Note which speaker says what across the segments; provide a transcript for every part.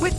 Speaker 1: With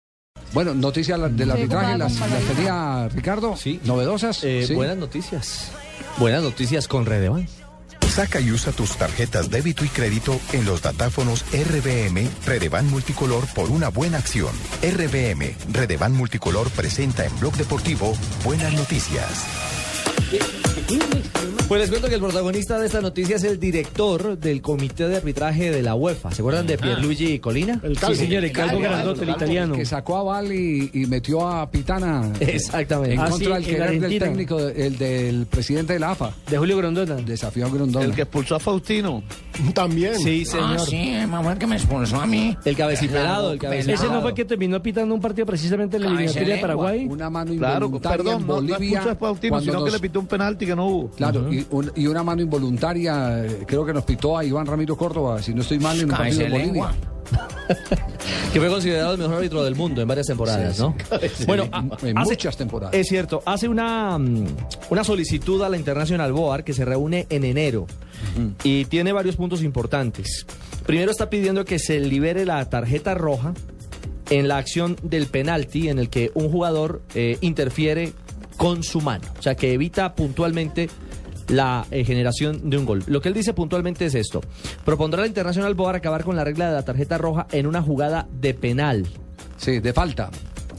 Speaker 2: Bueno, noticias la- del arbitraje, las, las tenía Ricardo.
Speaker 3: Sí.
Speaker 2: Novedosas.
Speaker 3: Eh,
Speaker 2: sí.
Speaker 3: Buenas noticias. Buenas noticias con Redeban.
Speaker 4: Saca y usa tus tarjetas débito y crédito en los datáfonos RBM Redevan Multicolor por una buena acción. RBM Redevan Multicolor presenta en Blog Deportivo Buenas Noticias.
Speaker 3: Pues les cuento que el protagonista de esta noticia es el director del comité de arbitraje de la UEFA. ¿Se acuerdan de Pierluigi Colina?
Speaker 2: Sí, señor, el calvo
Speaker 5: grandote, Ah. el italiano.
Speaker 2: Que sacó a Val y, y metió a Pitana. eh,
Speaker 3: Exactamente.
Speaker 2: En
Speaker 5: Ah, sí,
Speaker 2: contra del
Speaker 5: el
Speaker 2: querer del
Speaker 5: argentino.
Speaker 2: técnico, el del presidente de la AFA.
Speaker 5: De Julio Grondona.
Speaker 2: Desafió a Grondona.
Speaker 6: El que expulsó a Faustino.
Speaker 7: También.
Speaker 5: Ah, Sí, señor.
Speaker 3: El cabeciperado, el cabeciperado.
Speaker 5: Ese no fue el que terminó pitando un partido precisamente en la eliminatoria de Paraguay.
Speaker 2: Una mano
Speaker 6: Claro,
Speaker 2: involuntaria
Speaker 6: perdón,
Speaker 2: en
Speaker 6: no, no
Speaker 2: Bolivia.
Speaker 6: expulsó a Faustino,
Speaker 2: cuando
Speaker 6: sino que
Speaker 2: nos-
Speaker 6: le pitó un penalti que no hubo.
Speaker 2: Claro, y, un- y una mano involuntaria, eh, creo que nos pitó a Iván Ramiro Córdoba, si no estoy mal, en un partido de Bolivia.
Speaker 3: Que fue considerado el mejor árbitro del mundo en varias temporadas,
Speaker 2: Sí,
Speaker 3: ¿no? Bueno,
Speaker 2: En-
Speaker 3: a-
Speaker 2: en
Speaker 3: hace-
Speaker 2: muchas temporadas.
Speaker 3: Es cierto, hace una, mm, una solicitud a la International Board que se reúne en enero y tiene varios puntos importantes. Primero está pidiendo que se libere la tarjeta roja en la acción del penalti en el que un jugador eh, interfiere con su mano, o sea, que evita puntualmente la eh, generación de un gol. Lo que él dice puntualmente es esto. Propondrá la International Board acabar con la regla de la tarjeta roja en una jugada de penal.
Speaker 2: Sí, de falta.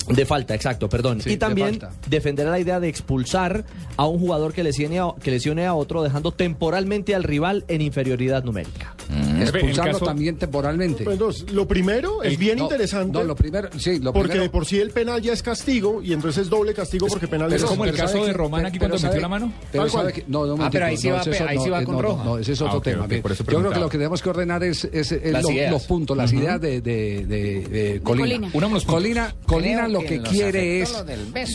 Speaker 3: De falta, exacto, perdón.
Speaker 2: Sí,
Speaker 3: y también
Speaker 2: de falta.
Speaker 3: defenderá la idea de expulsar a un jugador que lesione a, que lesione a otro, dejando temporalmente al rival en inferioridad numérica.
Speaker 2: Expulsarlo
Speaker 8: el Mm. caso-
Speaker 2: también temporalmente.
Speaker 8: Entonces, lo primero es bien
Speaker 2: No,
Speaker 8: interesante.
Speaker 2: No, lo primero, sí, lo
Speaker 8: porque
Speaker 2: primero-
Speaker 8: de por sí el penal ya es castigo y entonces es doble castigo porque penal
Speaker 2: Pero
Speaker 8: es
Speaker 2: sabe-
Speaker 8: rojo. como
Speaker 2: pero sabe
Speaker 8: caso
Speaker 2: que-
Speaker 8: Román
Speaker 2: pero-
Speaker 8: aquí
Speaker 2: pero
Speaker 8: cuando
Speaker 2: sabe-
Speaker 8: metió la mano.
Speaker 2: Pero
Speaker 8: Tal
Speaker 2: sabe
Speaker 8: cual.
Speaker 2: que- no, no, un
Speaker 5: Ah, pero
Speaker 2: momentico,
Speaker 5: ahí sí
Speaker 2: no,
Speaker 5: va-
Speaker 2: ese es
Speaker 5: ahí
Speaker 2: otro-
Speaker 5: sí va con
Speaker 2: no, no,
Speaker 5: roja.
Speaker 2: No, ese es otro tema. mire. Yo creo que lo que tenemos que ordenar es, es- es Eh, lo- los puntos, las ideas de, de- de- de Colina.
Speaker 9: Colina.
Speaker 2: Colina, Colina lo que quiere es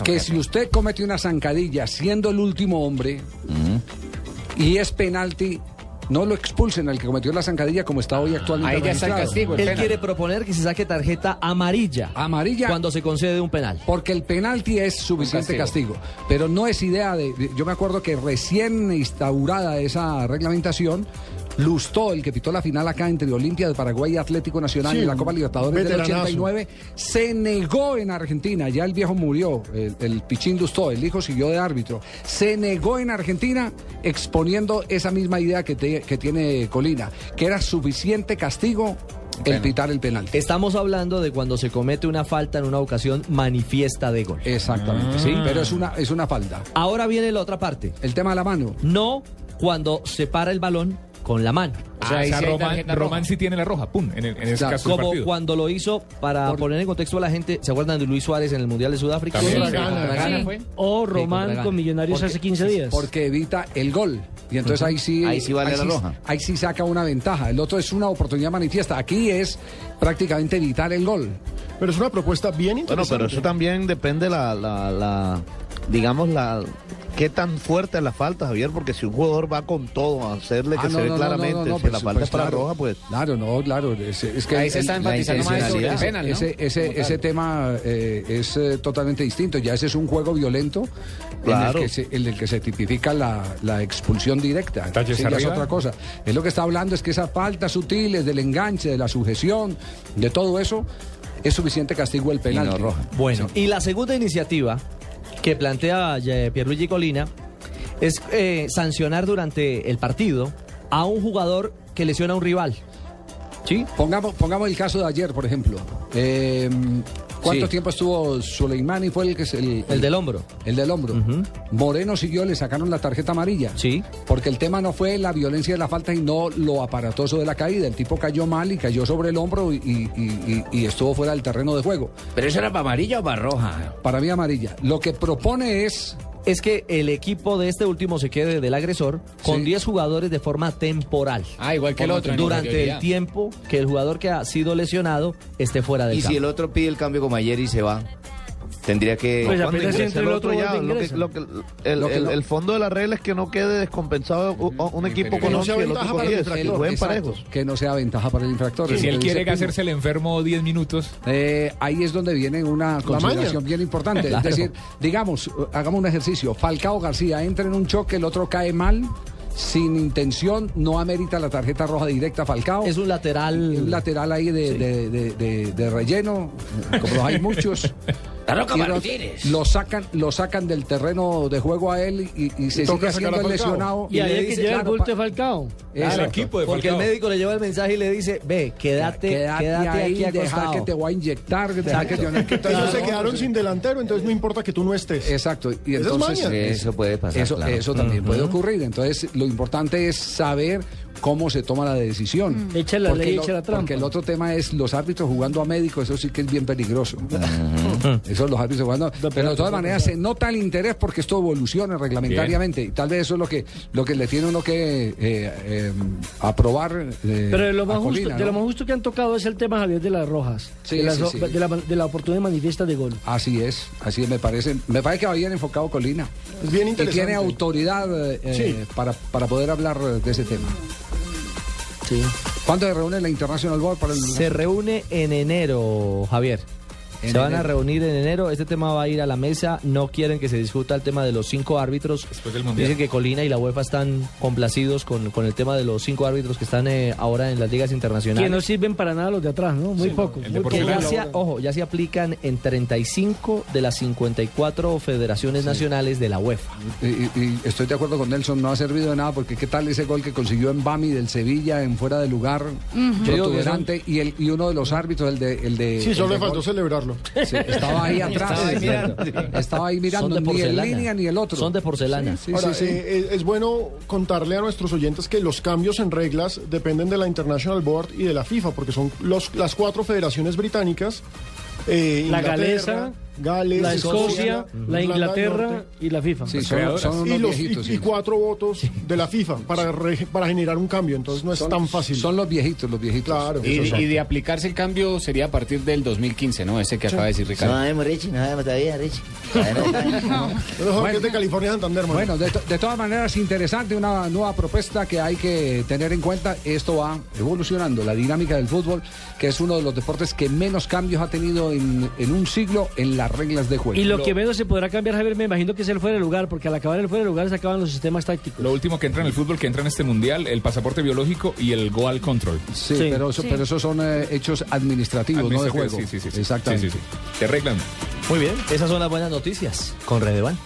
Speaker 2: que si usted comete una zancadilla siendo el último hombre y es penalti, no lo expulsen al que cometió la zancadilla como está hoy actualmente.
Speaker 5: Ahí ya está el
Speaker 2: registrado.
Speaker 5: castigo.
Speaker 3: Él quiere proponer que se saque tarjeta amarilla.
Speaker 2: Amarilla.
Speaker 3: Cuando se concede un penal.
Speaker 2: Porque el penalti es suficiente castigo. Pero no es idea de, de- Yo me acuerdo que recién instaurada esa reglamentación. Lustó, el que pitó la final acá entre Olimpia de Paraguay y Atlético Nacional
Speaker 8: Sí,
Speaker 2: en la Copa Libertadores del
Speaker 8: veteranazo.
Speaker 2: 89, se negó en Argentina, ya el viejo murió, el, el pichín Lustó, el hijo siguió de árbitro, se negó en Argentina exponiendo esa misma idea que, te- que tiene Colina, que era suficiente castigo el pitar el penalti.
Speaker 3: Estamos hablando de cuando se comete una falta en una ocasión manifiesta de
Speaker 2: Eh.
Speaker 3: gol.
Speaker 2: Exactamente, sí, pero es una, es una falda.
Speaker 3: Ahora viene la otra parte.
Speaker 2: El tema de la mano.
Speaker 3: No cuando se para el balón con la mano.
Speaker 5: O
Speaker 4: Ah,
Speaker 10: Ah,
Speaker 5: sea, Román, sí tiene la roja, pum, en, ese
Speaker 2: Claro, caso
Speaker 3: Como cuando lo hizo, para
Speaker 2: Por-
Speaker 3: poner en contexto a la gente, ¿se acuerdan de Luis Suárez en el Mundial de Sudáfrica?
Speaker 8: También.
Speaker 3: Sí.
Speaker 8: Gana,
Speaker 3: Contra Ghana fue.
Speaker 5: O Román
Speaker 3: Sí, contra
Speaker 5: con Millonarios
Speaker 2: Porque-
Speaker 5: hace 15 días.
Speaker 2: Porque evita el gol. Y entonces ahí sí.
Speaker 6: Ahí sí vale la roja.
Speaker 2: ahí sí saca una ventaja. El otro es una oportunidad manifiesta. Aquí es prácticamente evitar el gol.
Speaker 8: Pero es una propuesta bien
Speaker 6: Bueno,
Speaker 8: interesante.
Speaker 6: pero eso también depende la, la, la- digamos, la qué tan fuerte es la falta, Javier, porque si un jugador va con todo a hacerle que
Speaker 2: Ah,
Speaker 6: se ve claramente, si
Speaker 2: pues,
Speaker 6: la falta
Speaker 2: pues,
Speaker 6: es para
Speaker 2: claro.
Speaker 6: roja, pues...
Speaker 2: Claro, no, claro. Es, es que
Speaker 6: Ahí se está
Speaker 2: el- la
Speaker 6: enfatizando más
Speaker 2: intencionalidad,
Speaker 6: sobre el penal, ¿no?
Speaker 2: Ese, ese, ese tema eh, es eh, totalmente distinto. Ya ese es un juego violento
Speaker 6: Claro.
Speaker 2: en, el que se, en el que se tipifica la, la expulsión directa.
Speaker 8: Talles
Speaker 2: Sí, ya es
Speaker 8: arriba.
Speaker 2: otra cosa. Es lo que está hablando, es que esas faltas sutiles del enganche, de la sujeción, de todo eso, es suficiente castigo el penal.
Speaker 3: Bueno, y la segunda iniciativa que plantea eh, Pierluigi Colina es eh, sancionar durante el partido a un jugador que lesiona a un rival. ¿Sí?
Speaker 2: Pongamos, pongamos el caso de ayer, por ejemplo. Eh, ¿Cuánto
Speaker 3: Sí.
Speaker 2: tiempo estuvo Suleimani? Fue el que es el,
Speaker 3: El del hombro.
Speaker 2: El del hombro. Moreno siguió, le sacaron la tarjeta amarilla.
Speaker 3: Sí.
Speaker 2: Porque el tema no fue la violencia de la falta, sino lo aparatoso de la caída. El tipo cayó mal y cayó sobre el hombro y, y- y- y- y estuvo fuera del terreno de juego.
Speaker 5: ¿Pero eso era para amarilla o para roja?
Speaker 2: Para mí amarilla. Lo que propone es
Speaker 3: es que el equipo de este último se quede del agresor con
Speaker 10: Sí.
Speaker 3: 10 jugadores de forma temporal.
Speaker 10: Ah, igual que el otro, en
Speaker 3: Durante el
Speaker 10: inferioridad.
Speaker 3: tiempo que el jugador que ha sido lesionado esté fuera del
Speaker 11: Y
Speaker 3: campo.
Speaker 11: si el otro pide el cambio como ayer y se va, tendría que.
Speaker 5: Pues,
Speaker 6: No, cuando ingrese el otro ya, lo que- lo que- el,
Speaker 11: Lo que
Speaker 6: el-
Speaker 11: no-
Speaker 6: el fondo de la regla es que no quede descompensado u- u- un equipo con
Speaker 2: no
Speaker 6: 11
Speaker 2: sea
Speaker 6: y el
Speaker 2: ventaja
Speaker 6: otro con
Speaker 2: para el
Speaker 6: 10. Que
Speaker 2: infractor,
Speaker 6: jueguen
Speaker 2: exacto,
Speaker 6: parejos.
Speaker 2: Que no sea ventaja para el infractor.
Speaker 10: Que
Speaker 2: es
Speaker 10: si
Speaker 2: lo
Speaker 10: él
Speaker 2: dice
Speaker 10: quiere
Speaker 2: Pino.
Speaker 10: hacerse el enfermo 10 minutos.
Speaker 2: Eh, ahí es donde viene una consideración bien importante.
Speaker 10: Claro.
Speaker 2: Es decir, digamos, eh, hagamos un ejercicio. Falcao García entra en un choque, el otro cae mal. Sin intención, no amerita la tarjeta roja directa a Falcao. Es
Speaker 3: un lateral.
Speaker 2: Un lateral ahí de, de- de- de- de relleno, como los hay muchos.
Speaker 12: La Roca
Speaker 2: Y lo-
Speaker 12: Martínez.
Speaker 2: Lo sacan, lo sacan del terreno de juego a él y, y se sigue
Speaker 3: toca sacar
Speaker 2: haciendo
Speaker 3: a
Speaker 2: el
Speaker 3: Falcao.
Speaker 2: lesionado.
Speaker 3: Y "Ah, ahí
Speaker 2: le
Speaker 3: es que
Speaker 2: dice,
Speaker 3: lleva el gol
Speaker 2: pa-
Speaker 3: de
Speaker 5: Falcao.
Speaker 2: Exacto.
Speaker 3: Porque el médico le lleva el mensaje y le dice, ve, quédate, quédate,
Speaker 2: ahí,
Speaker 3: aquí
Speaker 2: deja
Speaker 3: acostado.
Speaker 2: que te voy a inyectar, que deja que te voy a inyectar.
Speaker 8: Ellos se quedaron sin delantero, entonces no importa que tú no estés.
Speaker 2: Exacto. Y
Speaker 8: Esa es
Speaker 2: entonces,
Speaker 8: maña.
Speaker 11: Eso puede pasar,
Speaker 2: Eso,
Speaker 11: claro.
Speaker 2: eso también
Speaker 11: Ujú.
Speaker 2: puede ocurrir. Entonces, lo importante es saber cómo se toma la decisión.
Speaker 5: Mm. Echa la
Speaker 2: Porque
Speaker 5: ley,
Speaker 2: lo-
Speaker 5: echa la trampa.
Speaker 2: Porque el otro tema es los árbitros jugando a médico, eso sí que es bien peligroso. Eso los árbitros jugando. Pero de todas maneras se nota el interés porque esto evoluciona reglamentariamente. Y tal vez eso es lo que, lo que le tiene uno que eh, eh, aprobar. eh,
Speaker 5: Pero de lo,
Speaker 2: a
Speaker 5: más
Speaker 2: Colina,
Speaker 5: justo, de
Speaker 2: ¿no?
Speaker 5: lo más justo que han tocado es el tema, Javier, de las rojas.
Speaker 2: Sí,
Speaker 5: de, las
Speaker 2: sí,
Speaker 5: ro-
Speaker 2: sí.
Speaker 5: de la, de la oportunidad manifiesta de gol.
Speaker 2: Así es, así es, me parece. Me parece que va bien enfocado Colina.
Speaker 8: Es bien
Speaker 2: Y tiene
Speaker 8: interesante.
Speaker 2: autoridad eh,
Speaker 8: Sí.
Speaker 2: para, para poder hablar eh, de ese tema. Sí. ¿Cuándo se reúne la International Board para el.?
Speaker 3: Se reúne en enero, Javier.
Speaker 2: En
Speaker 3: se van a
Speaker 2: enero.
Speaker 3: reunir en enero. Este tema va a ir a la mesa. No quieren que se discuta el tema de los cinco árbitros.
Speaker 10: del Mundial.
Speaker 3: Dicen que Colina y la UEFA están complacidos con, con el tema de los cinco árbitros que están eh, ahora en las ligas
Speaker 5: Que
Speaker 3: internacionales.
Speaker 5: no sirven para nada los de atrás, ¿no? Muy poco. muy
Speaker 3: Porque
Speaker 5: poco.
Speaker 3: ya se, ojo, ya se aplican en 35 de las 54 federaciones nacionales de la UEFA.
Speaker 2: Y, y- y estoy de acuerdo con Nelson, no ha servido de nada porque qué tal ese gol que consiguió en Bami del Sevilla en fuera de lugar,
Speaker 8: Yo digo que
Speaker 2: protuberante, y, el, y uno de los árbitros, el de. El de
Speaker 8: Sí, solo
Speaker 2: el de
Speaker 8: le faltó
Speaker 2: gol,
Speaker 8: celebrarlo.
Speaker 2: sí, estaba ahí atrás.
Speaker 8: Estaba ahí mirando.
Speaker 2: Estaba ahí mirando,
Speaker 8: Son de
Speaker 2: ni el
Speaker 8: porcelana.
Speaker 2: línea ni el otro.
Speaker 8: Son de porcelana.
Speaker 2: Sí, sí,
Speaker 8: Ahora,
Speaker 2: sí, sí.
Speaker 8: eh, es, es bueno contarle a nuestros oyentes que los cambios en reglas dependen de la International Board y de la FIFA, porque son los, las cuatro federaciones británicas. eh,
Speaker 5: La
Speaker 8: Inglaterra,
Speaker 5: galesa,
Speaker 8: Gales,
Speaker 5: la Escocia, la
Speaker 8: Irlanda del
Speaker 5: Inglaterra
Speaker 8: Norte.
Speaker 5: y la FIFA.
Speaker 8: y, los- y- y cuatro votos de la FIFA para, re- para generar un cambio, entonces no es
Speaker 2: Son-
Speaker 8: tan fácil. Son
Speaker 2: los viejitos, los viejitos.
Speaker 8: Claro.
Speaker 10: Y,
Speaker 8: esos son.
Speaker 10: y de aplicarse el cambio sería a partir del 2015, ¿no? Ese que acaba de decir Ricardo.
Speaker 11: No sabemos, Richie, no sabemos todavía, Richie.
Speaker 2: Bueno.
Speaker 8: de California Santander, hermano.
Speaker 2: Bueno, de, to- de todas maneras, interesante, una nueva propuesta que hay que tener en cuenta. Esto va evolucionando, la dinámica del fútbol, que es uno de los deportes que menos cambios ha tenido en, en un siglo en las reglas de juego.
Speaker 5: Y lo que menos se podrá cambiar, Javier, me imagino que es el fuera de lugar, porque al acabar el fuera de lugar se acaban los sistemas tácticos.
Speaker 10: Lo último que entra en el fútbol, que entra en este mundial, el pasaporte biológico y el goal control.
Speaker 2: Sí, Pero, eso- pero esos son eh, hechos administrativos, no de
Speaker 10: Administrativo,
Speaker 2: juego.
Speaker 10: Sí, sí, sí. sí.
Speaker 2: Exactamente.
Speaker 10: Sí, sí, sí. Te arreglan.
Speaker 3: Muy bien, esas son las buenas noticias con Redevan.